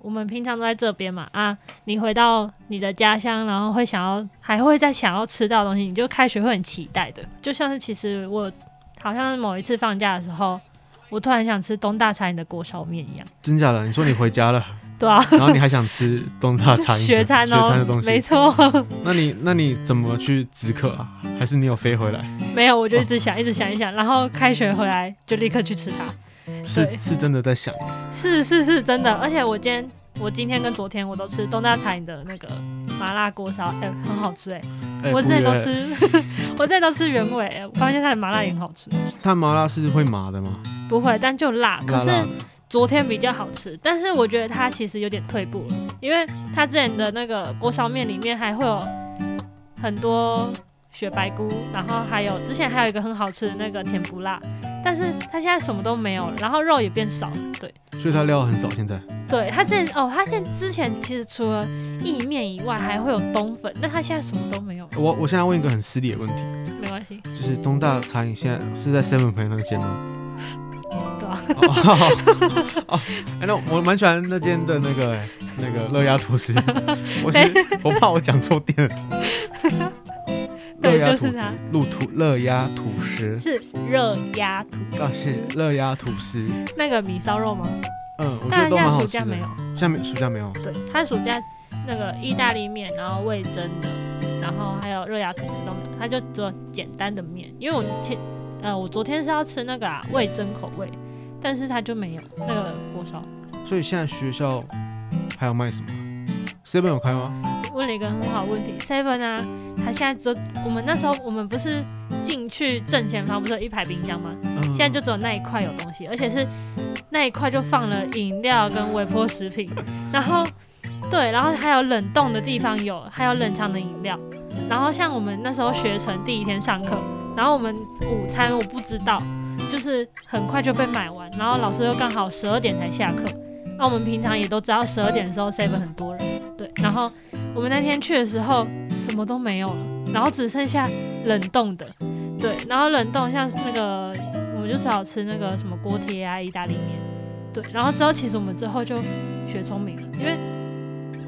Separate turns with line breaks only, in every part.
我们平常都在这边嘛啊，你回到你的家乡，然后会想要，还会再想要吃到的东西，你就开学会很期待的。就像是其实我好像某一次放假的时候，我突然想吃东大餐饮的锅烧面一样。
真假的？你说你回 家了，
对啊，
然后你还想吃东大餐饮的
学餐哦，
学餐的东
没
西，
错，
那你那你怎么去止渴啊？还是你有飞回来？
没有，我就一直想，一直想，一直想，然后开学回来就立刻去吃它。
是
对
是真的在想，
是是是真的，而且我今天我今天跟昨天我都吃东大餐饮的那个麻辣锅烧，哎、很好吃哎、
哎，
我
不
之前都
约
吃， 我之前都吃原味、哎我发现它的麻辣也很好吃，
它麻辣是会麻的吗？
不会，但就辣。可
辣
是
辣的
昨天比较好吃，但是我觉得它其实有点退步了，因为它之前的那个锅烧面里面还会有很多雪白菇，然后还有之前还有一个很好吃的那个甜不辣，但是它现在什么都没有了，然后肉也变少了，对。
所以它料很少。现在
对他之前哦，他现在之前其实除了意面以外，还会有冬粉，那他现在什么都没有，
我我现在问一个很私底的问题，
没关系。
就是东大餐饮现在是在 Seven 朋友那间吗？
对啊
哦。哦，哎，那我蛮喜欢那间的那个哎那个热压 吐司，我是我怕我讲错店了。热
对
压
就是
吐司
它，
露吐热压吐司
是热压吐
啊，谢谢热压吐司。
那个米烧肉吗？
嗯，我觉
但
得都
现在
蛮好
暑
吃
假
的。啊
没有。
现在没暑假没有，
对，他暑假那个意大利面，然后味增的，然后还有热压吐司都没有，他就只有简单的面。因为我前呃，我昨天是要吃那个啊味增口味，但是他就没有那个锅烧。
所以现在学校还有卖什么？Seven 有开吗？
问了一个很好的问题，Seven 啊，他现在只有我们那时候我们不是进去正前方不是有一排冰箱吗？
嗯，
现在就只有那一块有东西，而且是那一块就放了饮料跟微波食品，然后对，然后还有冷冻的地方有，还有冷藏的饮料。然后像我们那时候学成第一天上课，然后我们午餐我不知道，就是很快就被买完，然后老师又刚好十二点才下课。那我们平常也都知道十二点的时候 seven 很多人，对。然后我们那天去的时候什么都没有了，然后只剩下冷冻的，对。然后冷冻像是那个我们就只好吃那个什么锅贴啊、意大利面，对。然后之后其实我们之后就学聪明了，因为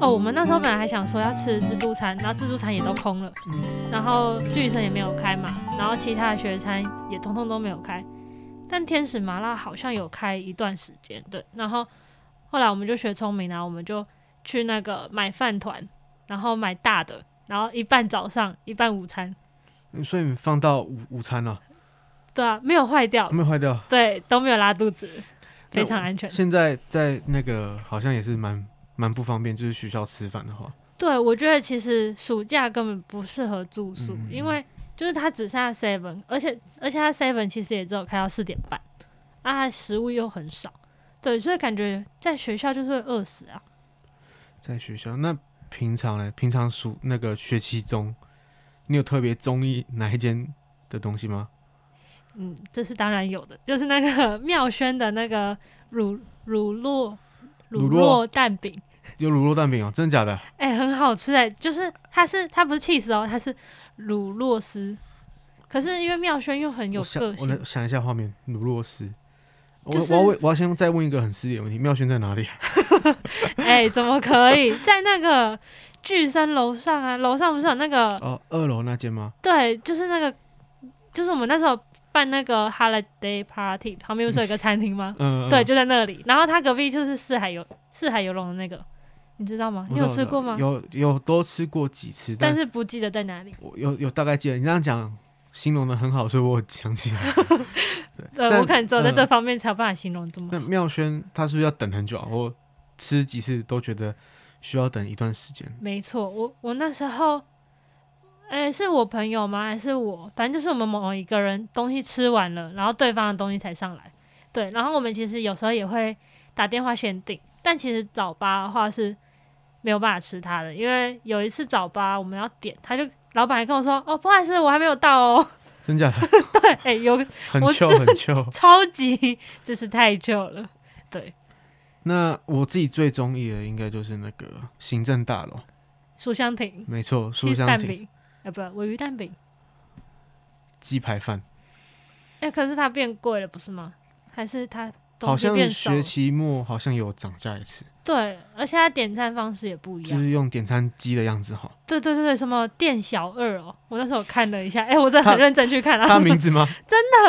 哦，我们那时候本来还想说要吃自助餐，然后自助餐也都空了，
嗯
然后聚餐也没有开嘛，然后其他的学餐也通通都没有开，但天使麻辣好像有开一段时间，对。然后后来我们就学聪明了，我们就去那个买饭团，然后买大的，然后一半早上，一半午餐。
嗯所以你放到午午餐
哦
了、
对啊，没有坏掉
还，没有坏掉。
对，都没有拉肚子，
那
非常 安全。
现在在那个好像也是蛮蛮不方便，就是学校吃饭的话，
对，我觉得其实暑假根本不适合住宿，
嗯
因为就是它只剩下 seven，而且而且它 seven 其实也只有开到四点半，啊，它食物又很少，对，所以感觉在学校就是会饿死啊。
在学校那平常呢，平常暑那个学期中，你有特别中意哪一间的东西吗？
嗯，这是当然有的，就是那个 妙轩的那个乳乳酪乳
乳酪
酪蛋饼，
有乳酪蛋饼哦，真的假的？
哎、很好吃哎、就是它是它不是 cheese 哦，它是乳酪丝，可是因为妙轩又很有
我想
个
我
性
来，想一下画面，乳酪丝。我、
就是
我要问，我要先再问一个很私底的问题，妙轩在哪里啊？
哎、怎么可以在那个巨森楼上啊？楼上不是有那个
哦，二楼那间吗？
对，就是那个，就是我们那时候办那个 holiday party，旁边不是有一个餐厅吗？
嗯，嗯
对，
嗯
就在那里。然后它隔壁就是四海游四海游龙的那个，你知道吗？
我
你
知道
有吃过吗？
有有都吃过几次，但
但是不记得在哪里。
我有有大概记得，你这样讲形容的很好，所以我想起来。对，
对，
但
呃我可能只有在这
嗯
方面才有办法形容这么。
那妙轩他是不是要等很久啊？我吃几次都觉得需要等一段时间。
没错，我我那时候，哎、是我朋友吗？还是我？反正就是我们某一个人东西吃完了，然后对方的东西才上来。对，然后我们其实有时候也会打电话先订，但其实早八的话是没有办法吃它的，因为有一次早八我们要点，他就老板还跟我说：“哦，不好意思，我还没有到哦。
真假的
对，哎、有个
很
我
糗
是
很糗。
超级，真是太久了。对，
那我自己最中意的应该就是那个行政大楼，
书香亭、
没错，书
鸡
香
蛋
亭
饼，哎、不，尾鱼蛋饼。
鸡排饭。
哎、可是它变贵了，不是吗？还是它东
好
西
像
变少
学
了。
期末好像有涨价一次，
对，而且它点餐方式也不一
就
样。
是用点餐机的样 子哈。
对对对对，什么店小二哦，我那时候看了一下，哎、我真的
它
很认真去看啊。
他名字吗？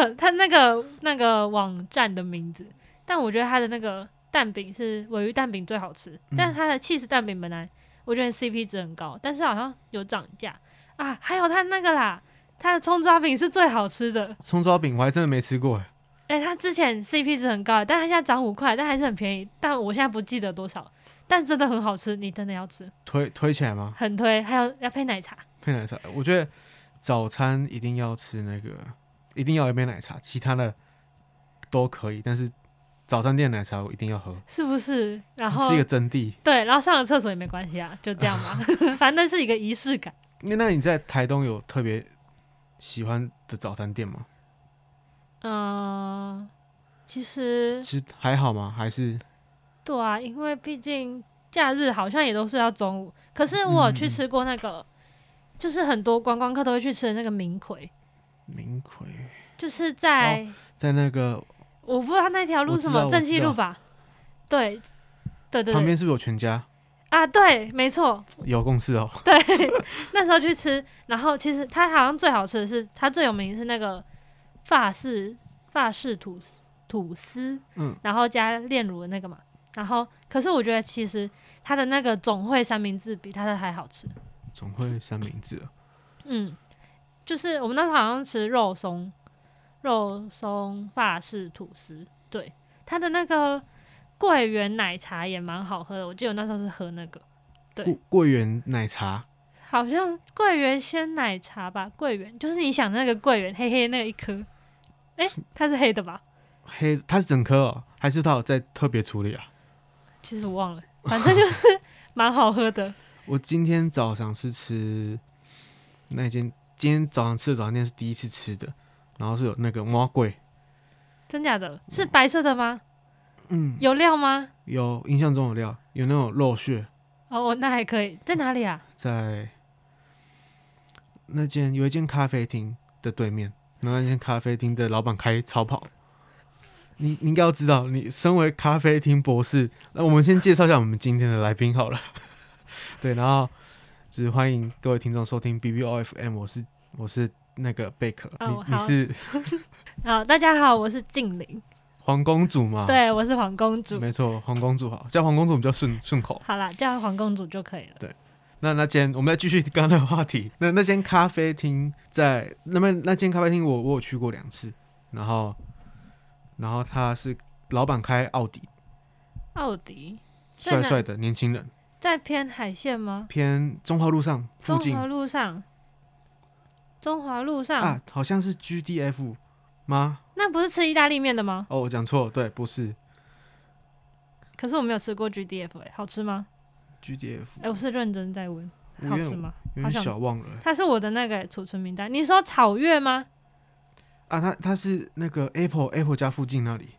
呃它那个那个网站的名字，但我觉得它的那个蛋饼是尾鱼蛋饼最好吃，
嗯
但是它的 cheese 蛋饼本来我觉得 CP 值很高，但是好像有涨价啊。还有它那个啦，它的葱抓饼是最好吃的，
葱抓饼我还真的没吃过哎。
哎、它之前 CP 值很高，但它现在涨五块，但还是很便宜，但我现在不记得多少，但真的很好吃，你真的要吃，
推推起来吗？
很推，还有要配奶茶。
配奶茶，我觉得早餐一定要吃那个，一定要有一杯奶茶，其他的都可以，但是早餐店奶茶我一定要喝，
是不是？然
这
后
是一个真谛。
对，然后上了厕所也没关系啊，就这样 吧，反正是一个仪式感。
那那你在台东有特别喜欢的早餐店吗？
嗯、其实
其实还好吗？还是
对啊，因为毕竟假日好像也都是要中午，可是我
嗯
有去吃过那个，就是很多观光客都会去吃的那个明奎，
明奎
就是在、
在那个
我不知道那条路
哦我
是
知
什
道
么
我
正
知
气
道
路吧？对，对对
旁
对
边是不是有全家？
啊，对，没错，
有共识哦，
那时候去吃，然后其实它好像最好吃的是，它最有名是那个法式法式吐司吐司，
嗯，
然后加炼乳的那个嘛。然后，可是我觉得其实它的那个总会三明治比它的还好吃。
总会三明治哦。
嗯，就是我们那时候好像吃肉松肉松法式吐司，对，它的那个桂圆奶茶也蛮好喝的，我记得我那时候是喝那个。对
桂桂圆奶茶，
好像桂圆鲜奶茶吧，桂圆就是你想的那个桂圆，黑黑那个一颗，哎、它是黑的吧？
黑它是整颗哦，还是它有在特别处理啊？
其实我忘 了，反正就是蛮好喝的。
我今天早上是吃那间，今天早上吃的早餐店是第一次吃的，然后是有那个魔鬼，
真假的？是白色的吗？
嗯，
有料吗？
有印象中有料，有那种肉屑，
哦，那还可以。在哪里啊？
在那间有一间咖啡厅的对面，然后那间咖啡厅的老板开超跑。你你应该要知道，你身为咖啡厅博士，那我们先介绍一下我们今天的来宾好了。 对，然后就是欢迎各位听众收听 B B O F M，我是我是那个贝壳，
哦
你你
好
是
好，哦大家好，我是静玲，
黄公主吗？，
对我是黄公主。
啊没错，黄公主好，叫黄公主比较顺顺口。
好啦，叫黄公主就可以了。
那那间，我们再继续刚刚的话题。 那那间咖啡厅在那边，那间咖啡厅我我有去过两次，然后然后他是老板开奥迪，
奥迪在
帅
哪
帅的年轻人，
在偏海线吗？
偏中华路上附
中
近
华路上，中华路上，
啊，好像是 GDF 吗？
那不是吃意大利面的吗？
哦，我讲错了，对，不是
可是我没有吃过 GDF，、欸、好吃吗？
GDF，
哎、我是认真在问，
我
好
有
吃
点
吗？
有
好
点
像
小忘了欸、
它是我的那个储存名单。你说草月吗？
啊，他他是那个 Apple Apple 家附近那里，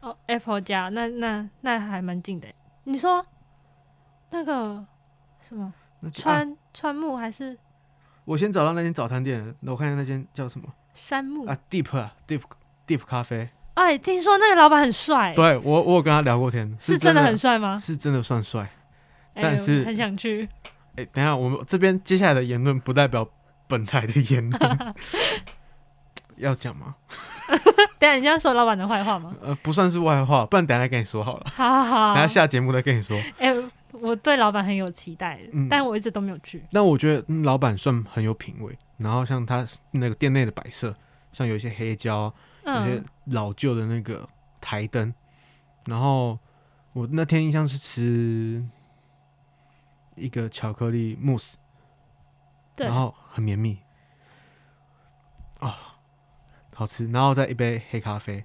哦，Apple 家，那那那还蛮近的欸。你说那个什么
那间啊、
川、川木还是
我先找到那间早餐店，那我看一下那间叫什么
山木？哎、
啊，Deep 啊，Deep Deep 咖啡。
听说那个老板很帅欸、
对我，我有跟他聊过天，
是
真
真
的
的很帅吗？
是真的算帅。
哎
但
我
是
很想去。
哎、等一下，我们这边接下来的言论不代表本台的言论， 要讲吗？
等一下你这样说老板的坏话吗？
呃，不算是外话，不然等一下再跟你说好了，
好啊好好
等一下，下节目再跟你说。
哎、我对老板很有期待的，
嗯
但我一直都没有去。
但我觉得、嗯老板算很有品味，然后像他那个店内的摆设，像有一些黑胶，有些
嗯，
老旧的那个台灯，然后我那天印象是吃一个巧克力慕斯。
对
然，后很绵密，啊、好吃。然后再一杯黑咖啡，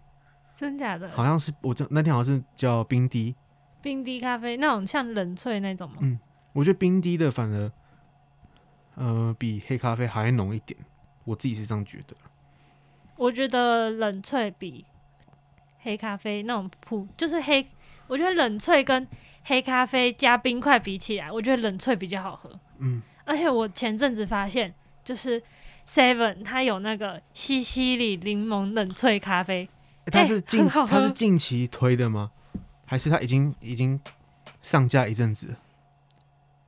真假的？
好像是我叫那天好像是叫冰滴，
冰滴咖啡那种像冷萃那种吗？
我觉得冰滴的反而，呃，比黑咖啡还浓一点，我自己是这样觉得。
我觉得冷萃比黑咖啡那种普就是黑，我觉得冷萃跟黑咖啡加冰块比起来，我觉得冷萃比较好喝。
嗯，
而且我前阵子发现，就是 Seven 它有那个西西里柠檬冷萃咖啡，
哎、欸它
哎
是
很
近、
好
它是
喝
近期推的吗？还是它已经已经上架一阵子了？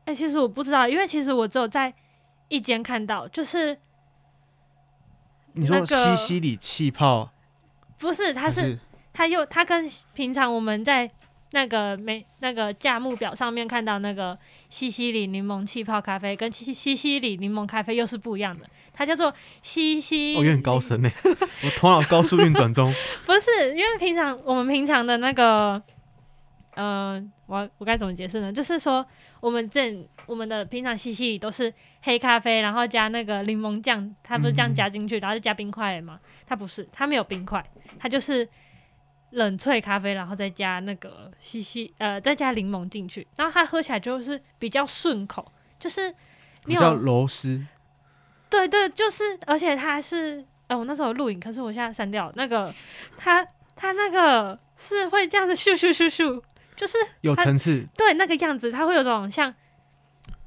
哎、其实我不知道，因为其实我只有在一间看到，就是
你说
那
西
个
西里气泡
不是它
还
是
是
它又它跟平常我们在那个没那个价目表上面看到那个西西里柠檬气泡咖啡跟西西西里柠檬咖啡又是不一样的，它叫做西西。
哦，有点高深 呢，我头脑高速运转中。
不是，因为平常我们平常的那个，呃，我我该怎么解释呢？就是说，我们这我们的平常西西里都是黑咖啡，然后加那个柠檬酱，它不是这样加进去，然后再加冰块嘛？它不是，它没有冰块，它就是冷萃咖啡，然后再加那个西西呃，再加柠檬进去，然后它喝起来就是比较顺口，就是 你
比
有
较柔丝，
对对，就是，而且它是，呃，我那时候有录影，可是我现在删掉了那个，它它那个是会这样子咻咻咻咻，就是
有层次，
对那个样子，它会有种像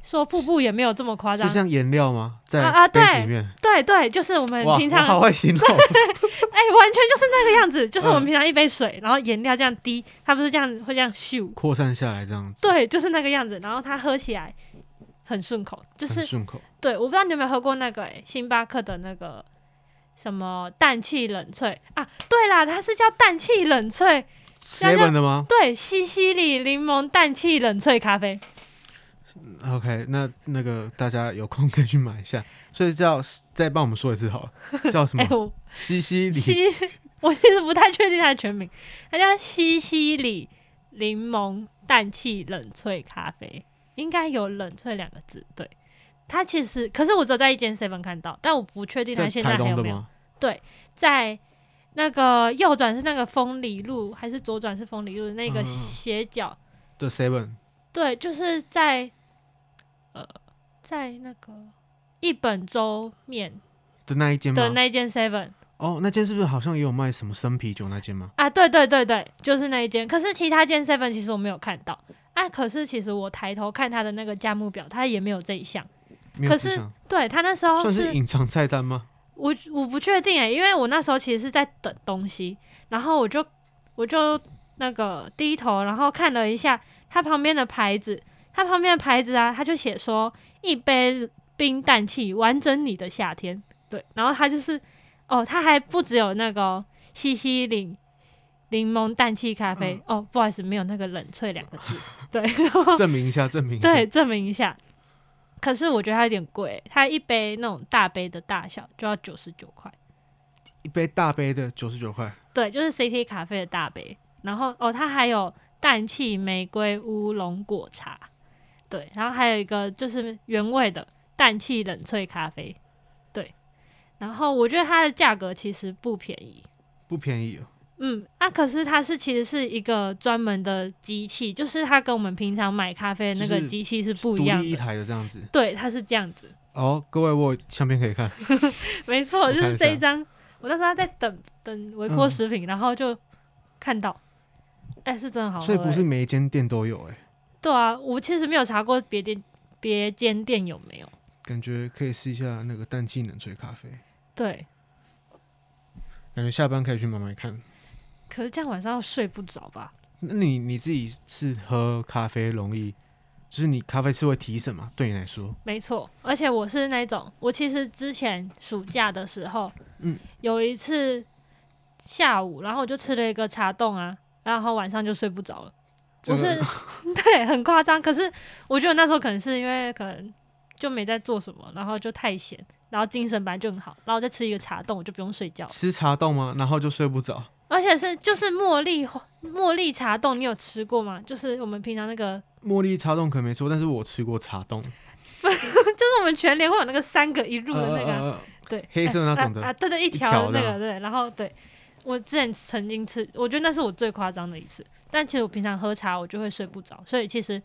说瀑布也没有这么夸张
是，像颜料吗？
啊
在
啊
杯子
对
里面，
对对，就是我们
哇，
平
我
常
好会形容。
哎、完全就是那个样子，就是我们
嗯
平常一杯水，然后颜料这样滴，它不是这样会这样咻，
扩散下来这样子，
对，就是那个样子，然后它喝起来很顺口，就是
很顺口。
对，我不知道你有没有喝过那个、欸、星巴克的那个什么氮气冷萃啊？对啦，它是叫氮气冷萃，像
seven 的吗
对，西西里柠檬氮气冷萃咖啡，
？OK，那那个大家有空可以去买一下。所以叫再帮我们说一次 好了，叫什
哎、
么？
我
西西里
西，我其实不太确定它的全名，它叫西西里柠檬氮气冷萃咖啡，应该有“冷萃”两个字，对。它其实，可是我只有在一间 seven 看到，但我不确定它
在
现
台
在还
东
有
的
没有。
吗？
在那个右转是那个风里路，还是左转是风里路的那个
嗯
斜角？
对 seven，
对，就是在呃，在那个一本粥面
的那一间
的
吗？
那一间 Seven
哦，那间是不是好像也有卖什么生啤酒那间吗？
啊，对对对对，就是那一间。可是其他间 Seven 其实我没有看到啊，可是其实我抬头看它的那个价目表，它也没有这一项。
没有
可
印
是哦
象
对它那时候
算是隐藏菜单吗？
我我不确定诶、欸因为我那时候其实是在等东西，然后我就我就那个低头，然后看了一下它旁边的牌子，它旁边的牌子啊，它就写说一杯冰氮气完整你的夏天，对，然后它就是哦，它还不只有那个哦西西里柠檬氮气咖啡、哦，不好意思，没有那个冷萃两个字， 对，然后
证明一下，证明一下。
哦对，证明一下。可是我觉得它有点贵，它一杯那种大杯的大小就要九十九块，
一杯大杯的九十九块，
对，就是 CT 咖啡的大杯。然后哦，它还有氮气玫瑰乌龙果茶，对，然后还有一个就是原味的氮气冷萃咖啡，对。然后我觉得它的价格其实不便宜，
不便宜哦。
嗯，啊，可是它是其实是一个专门的机器，就是它跟我们平常买咖啡的那
就
个
是
机器是不
独
一样
立一
的，
台的这样子。
对，它是这样子。
哦，各位，我有相片可以看。
没
我
错，就
看
是
一
这
下
一张。我那时候还在等等微波食
嗯
品，然后就看到，哎、是真的好喝、
所以不是
哎
每一间店都有哎、
对啊，我其实没有查过别店别间店有没有。
感觉可以试一下那个氮气冷萃咖啡，
对，
感觉下班可以去买买看。
可是这样晚上要睡不着吧？
那你你自己是喝咖啡容易，就是你咖啡是会提神嘛？对你来说，
没错，而且我是那种，我其实之前暑假的时候，
嗯，
有一次下午，然后我就吃了一个茶冻啊，然后晚上就睡不着了。
这
我是
个
对很夸张，可是我觉得那时候可能是因为可能就没在做什么，然后就太闲，然后精神本来就很好，然后再吃一个茶冻，我就不用睡觉了。
吃茶冻吗？然后就睡不着。
而且是就是茉莉花茉莉茶冻，你有吃过吗？就是我们平常那个，
茉莉茶冻可没错，但是我吃过茶冻，
就是我们全联会有那个三个一入的那个啊，
呃
对，
黑色那
啊
种的
啊，对对，一
条
条的
的
那
啊
个对，然后对。我之前曾经吃，我觉得那是我最夸张的一次。但其实我平常喝茶，我就会睡不着，所以其实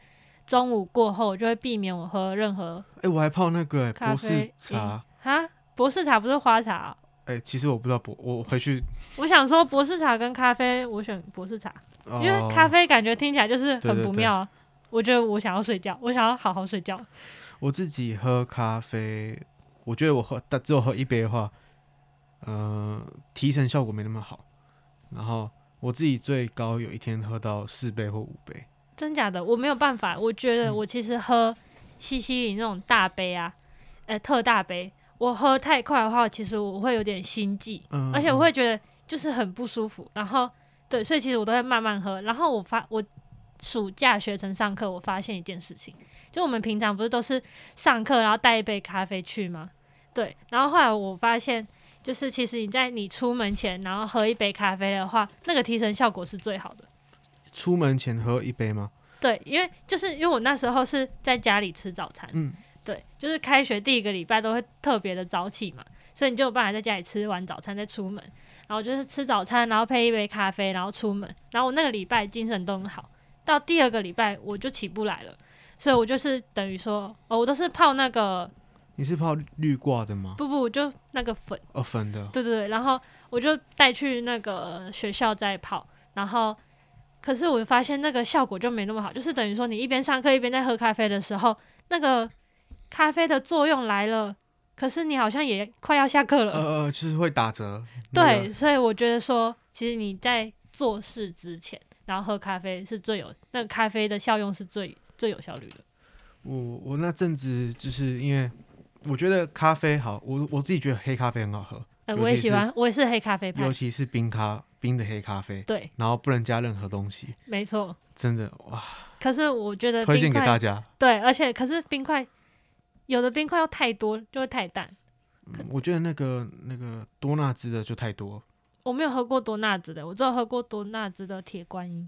中午过后，我就会避免我喝任何
哎、我还泡那个、哎
咖
博士
啡
茶，
啊，博士茶不是花茶啊、
哎、其实我不知道博，我回去，
我想说博士茶跟咖啡，我选博士茶，
哦、
因为咖啡感觉听起来就是
对
很
对
不
对
妙啊。我觉得我想要睡觉，我想要好好睡觉。
我自己喝咖啡，我觉得我喝但只有喝一杯的话，呃，提神效果没那么好。然后我自己最高有一天喝到四杯或五杯，
真假的，我没有办法。我觉得我其实喝西西里那种大杯啊，呃，特大杯，我喝太快的话，其实我会有点心悸，
嗯，
而且我会觉得就是很不舒服。然后对，所以其实我都会慢慢喝。然后我发我暑假学程上课，我发现一件事情，就我们平常不是都是上课然后带一杯咖啡去吗？对，然后后来我发现。就是其实你在你出门前，然后喝一杯咖啡的话，那个提神效果是最好的。
出门前喝一杯吗？
对，因为就是因为我那时候是在家里吃早餐，
嗯，
对，就是开学第一个礼拜都会特别的早起嘛，所以你就有办法在家里吃完早餐再出门，然后就是吃早餐，然后配一杯咖啡，然后出门，然后我那个礼拜精神都很好，到第二个礼拜我就起不来了，所以我就是等于说，哦，我都是泡那个
你是泡绿挂的吗？
不不，我就那个粉，
哦，粉的，
对对对，然后我就带去那个学校再泡，然后可是我发现那个效果就没那么好，就是等于说你一边上课一边在喝咖啡的时候，那个咖啡的作用来了，可是你好像也快要下课了，
呃呃，就是会打折。那
对，
个，
所以我觉得说，其实你在做事之前，然后喝咖啡是最有那个咖啡的效用是最最有效率的。
我我那阵子就是因为我觉得咖啡好，我我自己觉得黑咖啡很好喝，
呃，
尤
我也
其
喜
是
欢，我也是黑咖啡派
尤，其是冰咖冰的黑咖啡，
对，
然后不能加任何东西，
没错。
真的哇，
可是我觉得
推
冰
荐给
块
大家。
对，而且可是冰块，有的冰块又太多就会太淡。
嗯我觉得那个那个多纳兹的就太多，
我没有喝过多纳兹的，我只有喝过多纳兹的铁观音。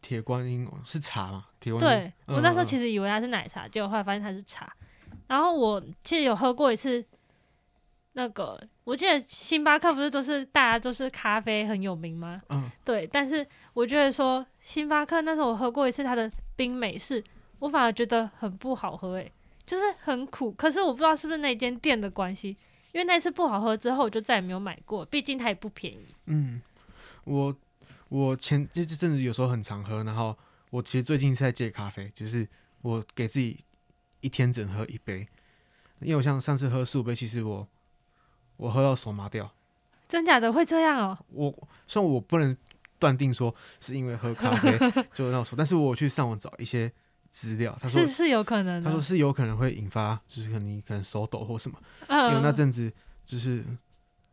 铁观音哦是茶嘛？铁观音嗯
对我那时候
实
其实以为它是奶茶，结果后来发现它是茶。然后我其实有喝过一次，那个我记得星巴克不是都是大家都是咖啡很有名吗？
嗯，
对，但是我觉得说星巴克那时候我喝过一次它的冰美式，我反而觉得很不好喝、欸，诶，就是很苦。可是我不知道是不是那间店的关系，因为那次不好喝之后，我就再也没有买过，毕竟它也不便宜。
嗯，我我前这这阵子有时候很常喝，然后我其实最近是在戒咖啡，就是我给自己一天只能喝一杯，因为我像上次喝四五杯，其实我我喝到手麻掉，
真假的会这样哦、
我虽然我不能断定说是因为喝咖啡 就让我手，但是我有去上网找一些资料，他说
是是有可能哦的。
他说是有可能会引发，就是可能你可能手抖或什么。因为
嗯，
那阵子就是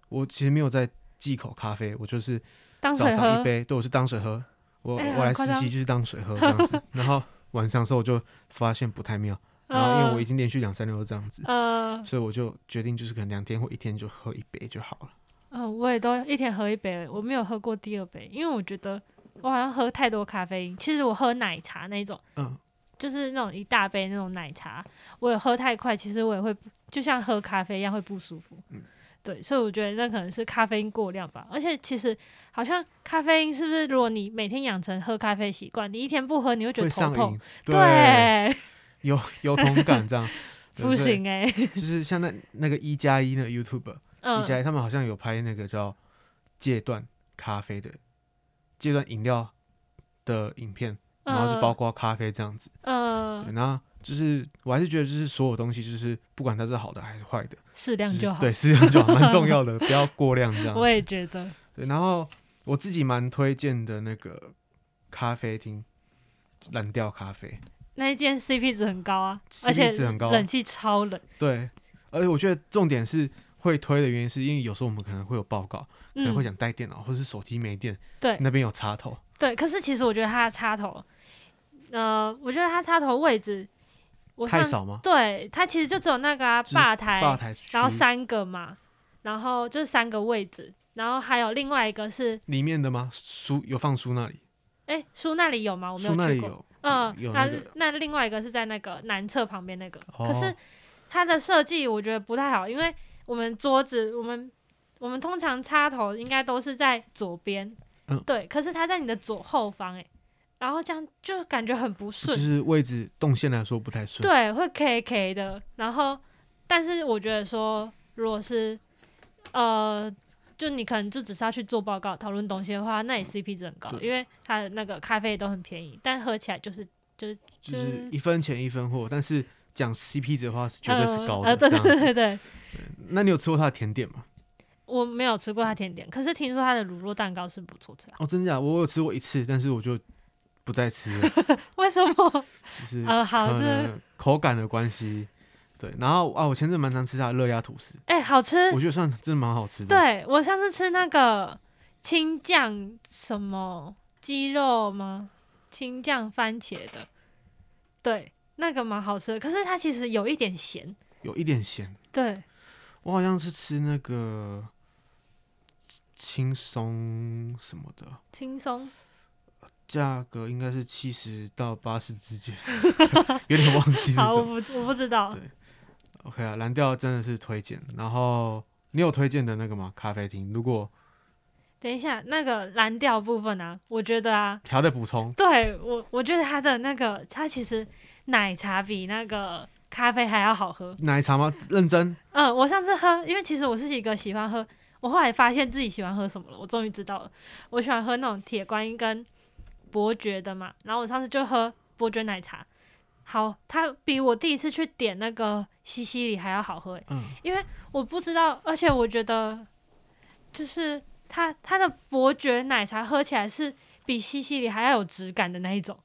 我其实没有在忌口咖啡，我就是
当
早
水
上一
喝，
杯，对我是当水喝，我、
哎呀
我来
夸
实
张
习就是当水喝这样子。然后晚上的时候我就发现不太妙，然后因为我
嗯
已经连续两三天都这样子，
呃
所以我就决定就是可能两天或一天就喝一杯就好了。
嗯，我也都一天喝一杯，我没有喝过第二杯，因为我觉得我好像喝太多咖啡因。其实我喝奶茶那种，
嗯，
就是那种一大杯那种奶茶，我也喝太快，其实我也会不就像喝咖啡一样会不舒服。
嗯
对，所以我觉得那可能是咖啡因过量吧。而且其实好像咖啡因是不是，如果你每天养成喝咖啡习惯，你一天不喝你会觉
会
得头
上
痛
瘾，，
对，
有有同感 这样。对
不，行哎、
对就是像那那个一加一那个 YouTube，一 加
嗯，
一他们好像有拍那个叫戒断咖啡的戒断饮料的影片，然后是包括咖啡这样子。
嗯，
对，
嗯，
那就是我还是觉得，就是所有东西，就是不管它是好的还是坏的，
适
就
量
是
就好。
对，适量就好，蛮重要的，不要过量这样
我
子。
也觉得，
对，然后我自己蛮推荐的那个咖啡厅，蓝调咖啡，
那一间 CP 值很高啊，
CP
而且
值很高
冷气超冷，
对，而且我觉得重点是会推的原因，是因为有时候我们可能会有报告，可能会
嗯，
想带电脑，或是手机没电，
对
那边有插头，
对。可是其实我觉得它的插头，呃，我觉得它插头位置，我
太
上
少吗？
对它其实就只有那个啊
只
吧台，
吧台区
然后三个嘛，然后就是三个位置，然后还有另外一个是，
里面的吗？书有放书那里，
哎，书那里有吗？我没
书那
有去
里
过，
有，
嗯，
有
那
那个
那另外一个是在那个南侧旁边那个，
哦
可是它的设计我觉得不太好，因为我们桌子，我们我们通常插头应该都是在左边，
嗯
对，可是它在你的左后方、欸，然后这样就感觉很不
就
顺，
是位置动线来说不太顺。
对，会 K K 的。然后，但是我觉得说，如果是呃，就你可能就只是要去做报告、讨论东西的话，那也 CP 值很高，
对
因为它的那个咖啡都很便宜，但喝起来就是
就是
嗯
一分钱一分货，但是讲 CP 值的话是绝对是高
呃呃
的。
对
这
对
样子
对对，
那你有吃过它的甜点吗？
我没有吃过它甜点，可是听说它的乳酪蛋糕是不错吃啊。
哦，真假？我有吃过一次，但是我就不再吃 了，
为什么？
就是
呃，好，
可
这
能口感的关系。对，然后啊，我前阵蛮常吃它的热压吐司，
哎、好吃
我。觉得算真的蛮好吃的。，
对我上次吃那个青酱什么鸡肉吗？青酱番茄的，对，那个蛮好吃的。可是它其实有一点咸，
有一点咸。
对，
我好像是吃那个轻松什么的，
轻松。
价格应该是七十到八十之间， 有点忘记是什
好，我
么。
不我不知道
对。OK 啊，蓝调真的是推荐。然后你有推荐的那个吗？咖啡厅？如果
等一下，那个蓝调部分啊，我觉得啊，
还要再补充，
对我我觉得它的那个，它其实奶茶比那个咖啡还要好喝。
奶茶吗？认真，
嗯，我上次喝，因为其实我是一个喜欢喝，我后来发现自己喜欢喝什么了，我终于知道了，我喜欢喝那种铁观音跟伯爵的嘛。然后我上次就喝伯爵奶茶，好，它比我第一次去点那个西西里还要好喝诶、
嗯，
因为我不知道，而且我觉得就是它它的伯爵奶茶喝起来是比西西里还要有质感的那一种，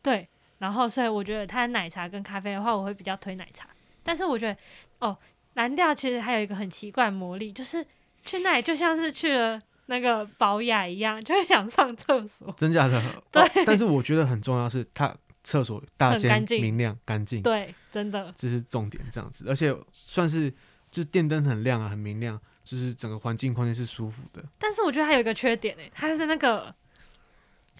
对。然后所以我觉得它的奶茶跟咖啡的话，我会比较推奶茶。但是我觉得哦，蓝调其实还有一个很奇怪的魔力，就是去那里就像是去了那个保雅一样，就会想上厕所。
真假的。
对
哦但是我觉得很重要是它厕所大
很
间
干净
明亮干净，
对，真的，
这是重点，这样子，而且算是就是电灯很亮啊，很明亮，就是整个环境空间是舒服的。
但是我觉得还有一个缺点诶、它是那个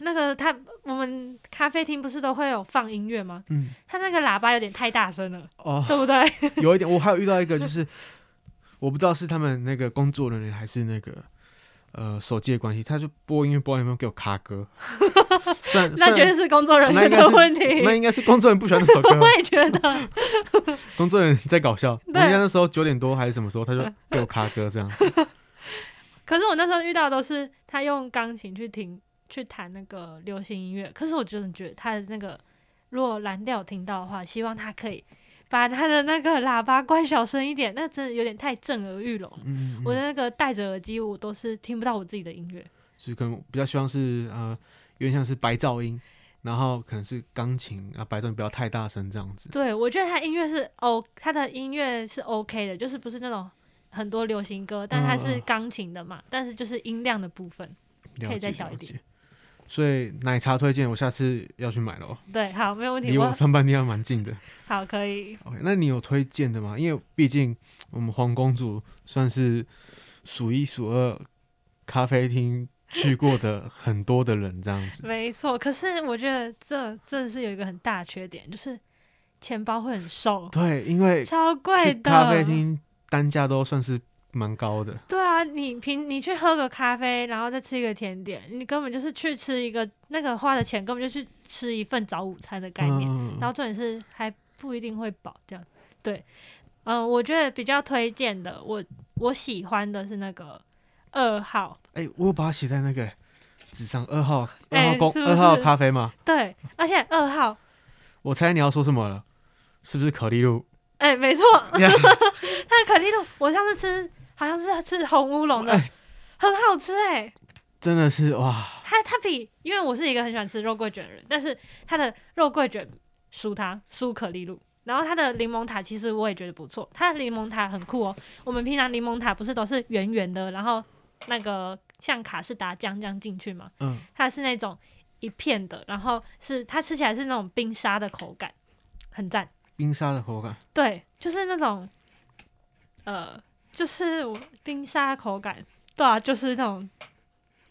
那个它我们咖啡厅不是都会有放音乐吗？
嗯，
它那个喇叭有点太大声了，
哦，
对不对？
有一点，我还有遇到一个就是，我不知道是他们那个工作人员还是那个呃手机的关系，他就播音乐播到一半给我卡 歌，虽然
那绝对
虽
是工作人
然那
员
应该
的
是
问题。
那应该是工作人员不喜欢那首歌，
我也觉得，
工作人员在搞笑。人
对
家那时候九点多还是什么时候，他就给我卡歌这样子。
可是我那时候遇到都是他用钢琴去听去弹那个流行音乐，可是我真的觉得他的那个如果蓝调听到的话，希望他可以把他的那个喇叭关小声一点，那真的有点太震耳欲聋了。
嗯，
我的那个戴着耳机，我都是听不到我自己的音乐。
就是可能比较希望是呃，有点像是白噪音，然后可能是钢琴啊，白噪音不要太大声这样子。
对，我觉得他音乐是 O，他的音乐是 OK 的，就是不是那种很多流行歌，但它
嗯
是
嗯
钢琴的嘛，但是就是音量的部分。
了
可以再
解
小一。
了
点
解所以奶茶推荐，我下次要去买咯，
对，好，没有问题。
离
我
我上班地方蛮近的。
好，可以。
OK，那你有推荐的吗？因为毕竟我们黄公主算是数一数二咖啡厅去过的很多的人，这样 子。
没错，可是我觉得这真的是有一个很大的缺点，就是钱包会很瘦，
对，因为
超贵
去
的。
咖啡厅单价都算是蛮高的。
对啊，你平你去喝个咖啡，然后再吃一个甜点，你根本就是去吃一个那个花的钱，根本就是吃一份早午餐的概念。
嗯
然后重点是还不一定会饱，这样对。嗯，我觉得比较推荐的，我我喜欢的是那个二号，
哎、我有把它写在那个纸上，二号二
哎
号公
是不
二号
是
咖啡嘛。
对，而且二号，
我猜你要说什么了，是不是可丽 露？
哎、没错，
呀
它的可丽露，我上次吃好像是吃红乌龙的，
哎，
很好吃哎、
真的是哇，
它它比，因为我是一个很喜欢吃肉桂卷的人，但是它的肉桂卷输它输可丽露，然后它的柠檬塔其实我也觉得不错，它的柠檬塔很酷哦。我们平常柠檬塔不是都是圆圆的，然后那个像卡士达酱这样进去吗？
嗯，
它是那种一片的，然后是它吃起来是那种冰沙的口感，很赞。
冰沙的口感，
对，就是那种，呃，就是我冰沙口感，对啊，就是那种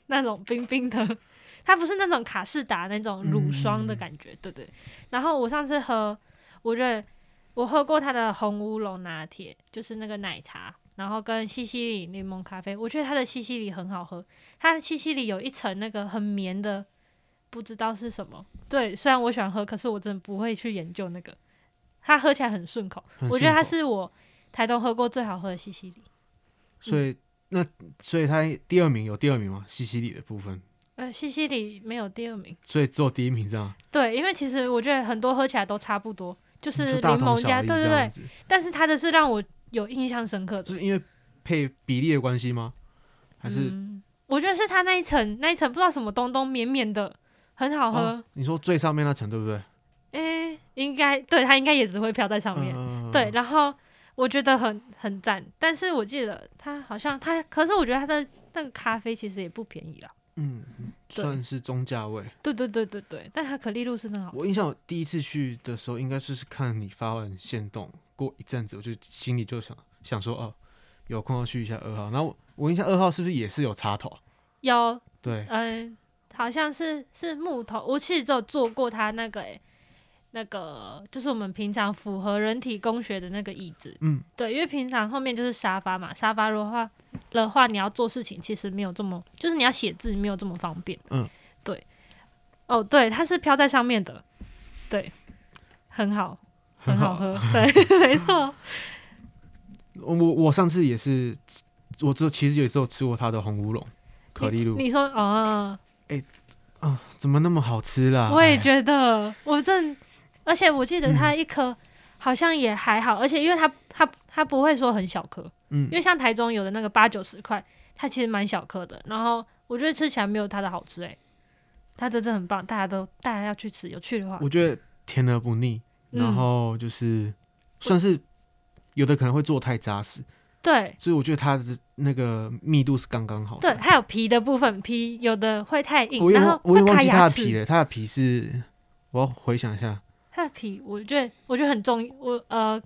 那种冰冰的，它不是那种卡士达那种乳霜的
嗯
感觉，对对。然后我上次喝，我觉得我喝过它的红乌龙拿铁，就是那个奶茶，然后跟西西里柠檬咖啡，我觉得它的西西里很好喝，它的西西里有一层那个很绵的。不知道是什么，对，虽然我喜欢喝，可是我真的不会去研究那个。它喝起来很顺口，
很
我觉得它
顺
是
口
我台东喝过最好喝的西西里。
所以那所以它第二名有第二名吗？西西里的部分，
呃，西西里没有第二名，
所以只有第一名这样，
对，因为其实我觉得很多喝起来都差不多，就是
嗯就
柠
大同
檬
小
加，
异
对
这
对对
样。子，
但是它的是让我有印象深刻的，
是因为配比例的关系吗？还是、
嗯我觉得是它那一层那一层不知道什么东东绵绵的，很好喝
哦。你说最上面那层对不对？
诶、应该对它应该也只会飘在上面。
嗯
对，，然后我觉得很很赞，但是我记得它好像它，可是我觉得它的那个咖啡其实也不便宜啦。
嗯，嗯
对
算是中价位。
对对对对对，但它可丽露是很好吃。
我印象我第一次去的时候，应该就是看你发完线动，过一阵子，我就心里就想想说，哦，有空要去一下二号。然后我我印象二号是不是也是有插头？
有
对，
嗯，好像是是木头，我其实只有做过它那个、欸、那个，就是我们平常符合人体工学的那个椅子。
嗯，
对，因为平常后面就是沙发嘛，沙发的话的话，你要做事情其实没有这么，就是你要写字没有这么方便。
嗯，
对。哦，对，它是飘在上面的，对，很好，很好喝， 对，没错。
我我上次也是，我只有其实也只有吃过它的红乌龙 可丽露，
你说哦，
怎么那么好吃啦？
我也
哎嗯
觉得，我真，而且我记得它一颗好像也还好，而且因为它它它不会说很小颗，
嗯
因为像台中有的那个八九十块，它其实蛮小颗的，然后我觉得吃起来没有它的好吃诶、它真的很棒，大家都大家要去吃，有去的话，
我觉得甜而不腻，然
嗯
后就是、算是有的可能会做太扎实，
对
所以我觉得它的那个密度是刚刚好的。
对，还有皮的部分，皮有的会太硬，
我也
然
忘
后
我
会
也忘
卡
记它
牙
的皮
齿。
了，它的皮是我要回想一下，
它的皮，我觉得我觉得很重，我呃，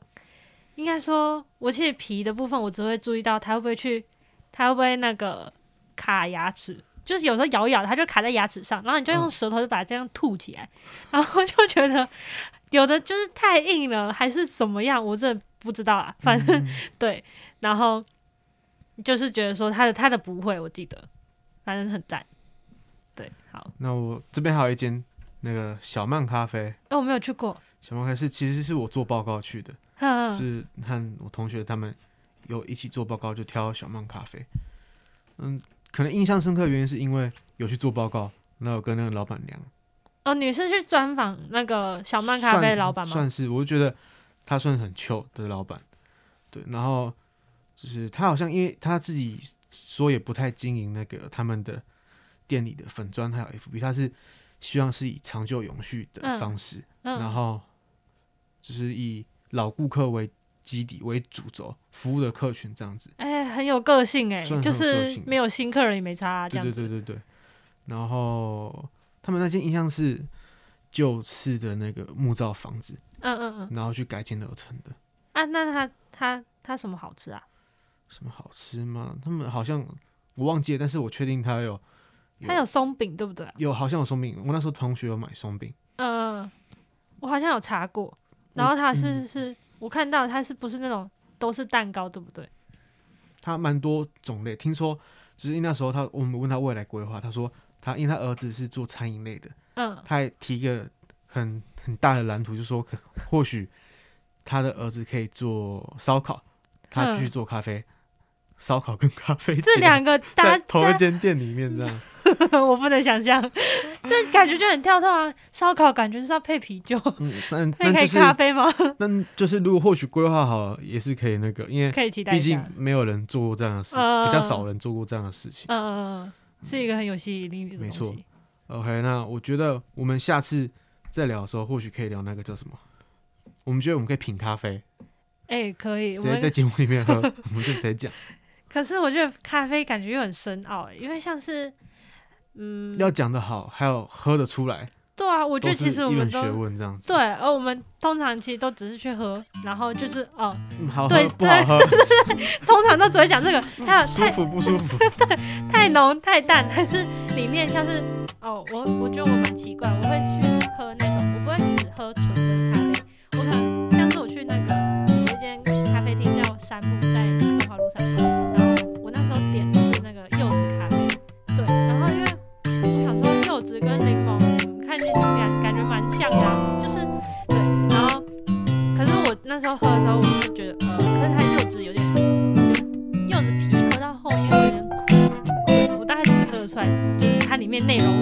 应该说，我其实皮的部分我只会注意到它会不会去，它会不会那个卡牙齿，就是有时候咬一咬它就卡在牙齿上，然后你就用
嗯
舌头就把它这样吐起来，然后就觉得有的就是太硬了，还是怎么样，我真的不知道啊，反正、
嗯
对，然后就是觉得说它的它的不会，我记得，反正很赞，对，好，
那我这边还有一间那个小曼咖啡，
哎、我没有去过，
小曼咖啡是其实是我做报告去的，
哼
是和我同学他们有一起做报告，就挑小曼咖啡。嗯，可能印象深刻的原因是因为有去做报告，那有跟那个老板娘
哦，你是去专访那个小曼咖啡
算
的老板吗？
算是，我就觉得他算很 chill 的老板，对。然后就是他好像因为他自己说也不太经营那个他们的店里的粉砖还有 FB，他是希望是以长久永续的
嗯
方式，然
嗯，
后就是以老顾客为基底为主轴，服务的客群这样子。
哎、很有个性哎、
算很
就
有个
是
性
没有新客人也没差啊、这
对
样
对
子。
对对对。然后他们那间印象是旧式的那个木造房子，
嗯嗯嗯。
然后去改建而成的。
啊，那他他他什么好吃啊？
什么好吃吗？他们好像我忘记了，但是我确定他有
他有松饼对不对啊？
有好像有松饼，我那时候同学有买松饼，
嗯，嗯嗯我好像有查过，
嗯
然后他是、是我看到他是不是那种都是蛋糕对不对？
他蛮多种类。听说只是那时候他我们问他未来规划，他说他因为他儿子是做餐饮类的，
嗯
他还提一个很很大的蓝图，就说可或许他的儿子可以做烧烤，他去
嗯
做咖啡，烧烤跟咖啡
这
结合
两个搭
在同一
在，
间店里面这样。
我不能想象，这感觉就很跳脱啊！烧烤感觉是要配啤酒，
嗯，但
那
但
可
就
以
是
咖啡吗？
但就是如果或许规划好也是可以那个，因为。
可以期待
毕
一下
竟。没有人做过这样的事情，
嗯
比较少人做过这样的事情。
嗯嗯嗯，是一个很有吸引力的
没
东
错
西。
OK，那我觉得我们下次再聊的时候，或许可以聊那个叫什么？我们觉得我们可以品咖啡，
哎、可以，我
直接在
们嗯
节目里面 喝，我们就直接讲。
可是我觉得咖啡感觉又很深奥、欸，因为像是，嗯，
要讲的好，还有喝得出来，
对啊，我觉
都
得
是
其实我
一
们
门学
都
问这样子。
对，而我们通常其实都只是去喝，然后就是哦，
嗯，好
对
喝不好喝，
通常都只会讲这个，还有
舒
太
服不舒服？
太浓太淡，还是里面像是哦，我我觉得我蛮奇怪，我会去喝那种，我不会只喝纯的咖啡，我可能像是我去那个有一间咖啡厅叫山姆，在中华路上，然后我那时候点的是那个柚子咖啡，对，然后因为我想说柚子跟柠檬嗯看起来感感觉蛮像的啊、就是对，然后可是我那时候喝的时候，我就觉得呃，可是它柚子有点柚子皮喝到后面会有点苦。我大概只喝得出来，就是它里面内容